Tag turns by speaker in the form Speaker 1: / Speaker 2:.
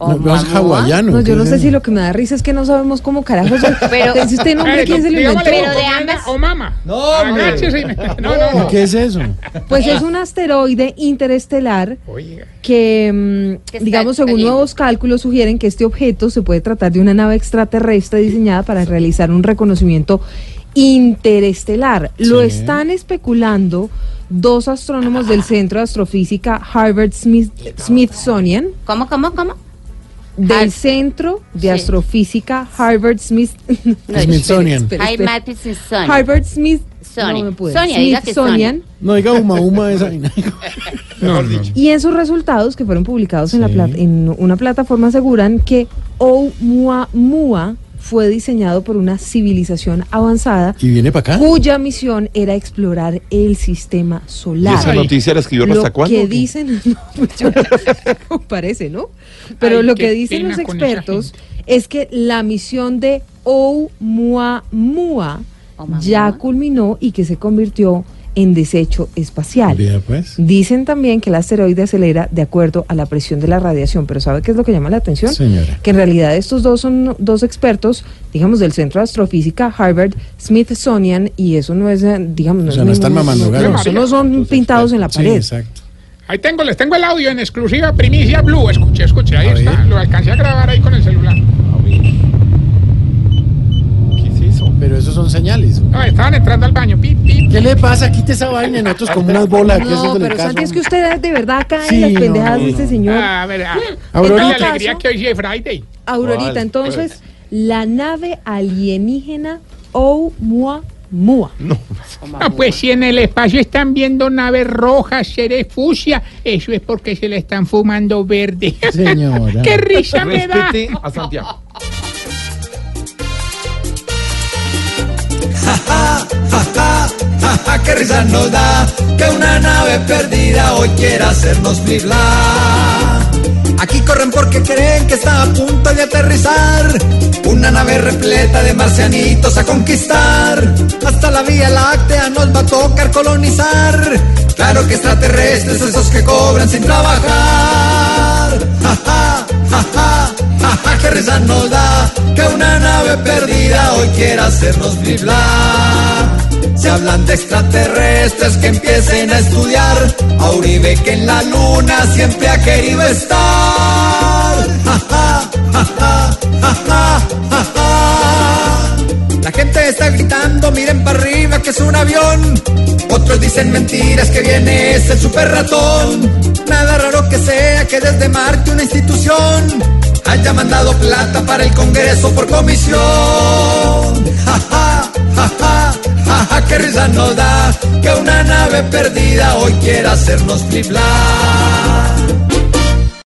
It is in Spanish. Speaker 1: No, no es hawaiano.
Speaker 2: No, yo
Speaker 1: ¿qué
Speaker 2: no
Speaker 1: es
Speaker 2: sé si
Speaker 1: eso?
Speaker 2: lo que me da risa es que no sabemos cómo carajos.
Speaker 3: Pero-
Speaker 2: Pero, usted nombre, ¿quién se lo inventó?
Speaker 3: Pero de ambas-
Speaker 4: O mama.
Speaker 5: No, hombre.
Speaker 4: Agáchese y me- No, no, no.
Speaker 1: ¿Qué es eso?
Speaker 2: Pues es un asteroide interestelar
Speaker 4: Oiga.
Speaker 2: que, mm,
Speaker 3: Que está
Speaker 2: digamos, según
Speaker 3: cayendo.
Speaker 2: nuevos cálculos sugieren que este objeto se puede tratar de una nave extraterrestre diseñada para realizar un reconocimiento interestelar. Lo
Speaker 1: Sí.
Speaker 2: están especulando dos astrónomos del Centro de Astrofísica Harvard Smith- Smithsonian,
Speaker 3: ¿Cómo, cómo, cómo?
Speaker 2: del
Speaker 3: Har-
Speaker 2: Centro de
Speaker 3: Ah, Sí.
Speaker 2: Astrofísica Harvard Smith
Speaker 3: No,
Speaker 1: Smithsonian.
Speaker 2: espere,
Speaker 3: Hay
Speaker 2: espere.
Speaker 3: Matis y Sony.
Speaker 2: Harvard Smith
Speaker 3: Sonia.
Speaker 2: no me pude.
Speaker 3: Sonia, diga que
Speaker 2: Smithsonian.
Speaker 1: No diga uma uma esa vaina.
Speaker 4: No, no.
Speaker 2: Y esos resultados que fueron publicados en, la
Speaker 1: Sí.
Speaker 2: plat- en una plataforma aseguran que Oumuamua fue diseñado por una civilización avanzada
Speaker 1: Y viene para acá.
Speaker 2: cuya misión era explorar el sistema
Speaker 6: ¿Y
Speaker 2: solar.
Speaker 6: esa noticia la escribieron hasta
Speaker 2: lo
Speaker 6: cuándo?
Speaker 2: que
Speaker 6: o qué?
Speaker 2: dicen, no, pues yo- parece, ¿no? Pero
Speaker 4: Ay,
Speaker 2: lo
Speaker 4: qué
Speaker 2: que dicen
Speaker 4: pena
Speaker 2: los
Speaker 4: con esa
Speaker 2: expertos es que la misión de Oumuamua
Speaker 3: Oumuamua.
Speaker 2: ya culminó y que se convirtió en desecho espacial.
Speaker 1: Vea, pues.
Speaker 2: Dicen también que el asteroide acelera de acuerdo a la presión de la radiación, pero ¿sabe qué es lo que llama la atención?
Speaker 1: Señora.
Speaker 2: Que en realidad estos dos son dos expertos, digamos, del Centro de Astrofísica Harvard Smithsonian, y eso no es, eh, digamos, no
Speaker 1: O sea,
Speaker 2: es
Speaker 1: no están
Speaker 2: ningún-
Speaker 1: mamando gallo.
Speaker 2: eso no son pintados en la
Speaker 1: Sí,
Speaker 2: pared.
Speaker 1: exacto.
Speaker 4: Ahí tengo, les tengo el audio en exclusiva primicia Blue. Escuche, escuche, ahí
Speaker 1: A
Speaker 4: está.
Speaker 1: ver.
Speaker 4: Lo alcancé a grabar ahí con el celular.
Speaker 6: ¿Qué es eso?
Speaker 1: Pero esos son señales. ¿o?
Speaker 4: No, estaban entrando al baño. Pip, pip.
Speaker 1: ¿Qué le pasa? Quita esa vaina en otros como unas bolas. que eso
Speaker 2: No,
Speaker 1: es del
Speaker 2: pero
Speaker 1: caso.
Speaker 2: Santi, es que usted de verdad cae
Speaker 1: Sí,
Speaker 2: en
Speaker 1: no,
Speaker 2: las pendejadas
Speaker 1: no,
Speaker 2: de este
Speaker 1: no.
Speaker 2: señor.
Speaker 4: A ver, a ver.
Speaker 1: Aurorita.
Speaker 4: la Ah, alegría que hoy sí es Friday.
Speaker 2: Aurorita,
Speaker 6: ¿Cuál?
Speaker 2: entonces, la nave alienígena Oumuamua.
Speaker 4: Ah, pues si en el espacio están viendo naves rojas, seres fusia, eso es porque se la están fumando verde.
Speaker 1: Señora.
Speaker 4: ¡Qué risa me da!
Speaker 6: Respete a Santiago.
Speaker 7: jaja, qué risa nos da que una nave perdida hoy quiera hacernos bla. Aquí corren porque creen que está a punto de aterrizar. Una nave repleta de marcianitos a conquistar. Hasta la Vía Láctea nos va a tocar colonizar. Claro que extraterrestres esos que cobran sin trabajar. Ja, ja, ja, ja, ja, ja, qué risa nos da que una nave perdida hoy quiera hacernos bla. Se hablan de extraterrestres que empiecen a estudiar a Uribe que en la luna siempre ha querido estar. Ja, ja, ja, ja, ja, ja, ja, ja. La gente está gritando, miren para arriba que es un avión. Otros dicen mentiras que viene ese super ratón. Nada raro que sea que desde Marte una institución haya mandado plata para el Congreso por comisión. Ja, ja, ja, ja, ja, ja, qué risa nos da que una nave perdida hoy quiera hacernos fliplar.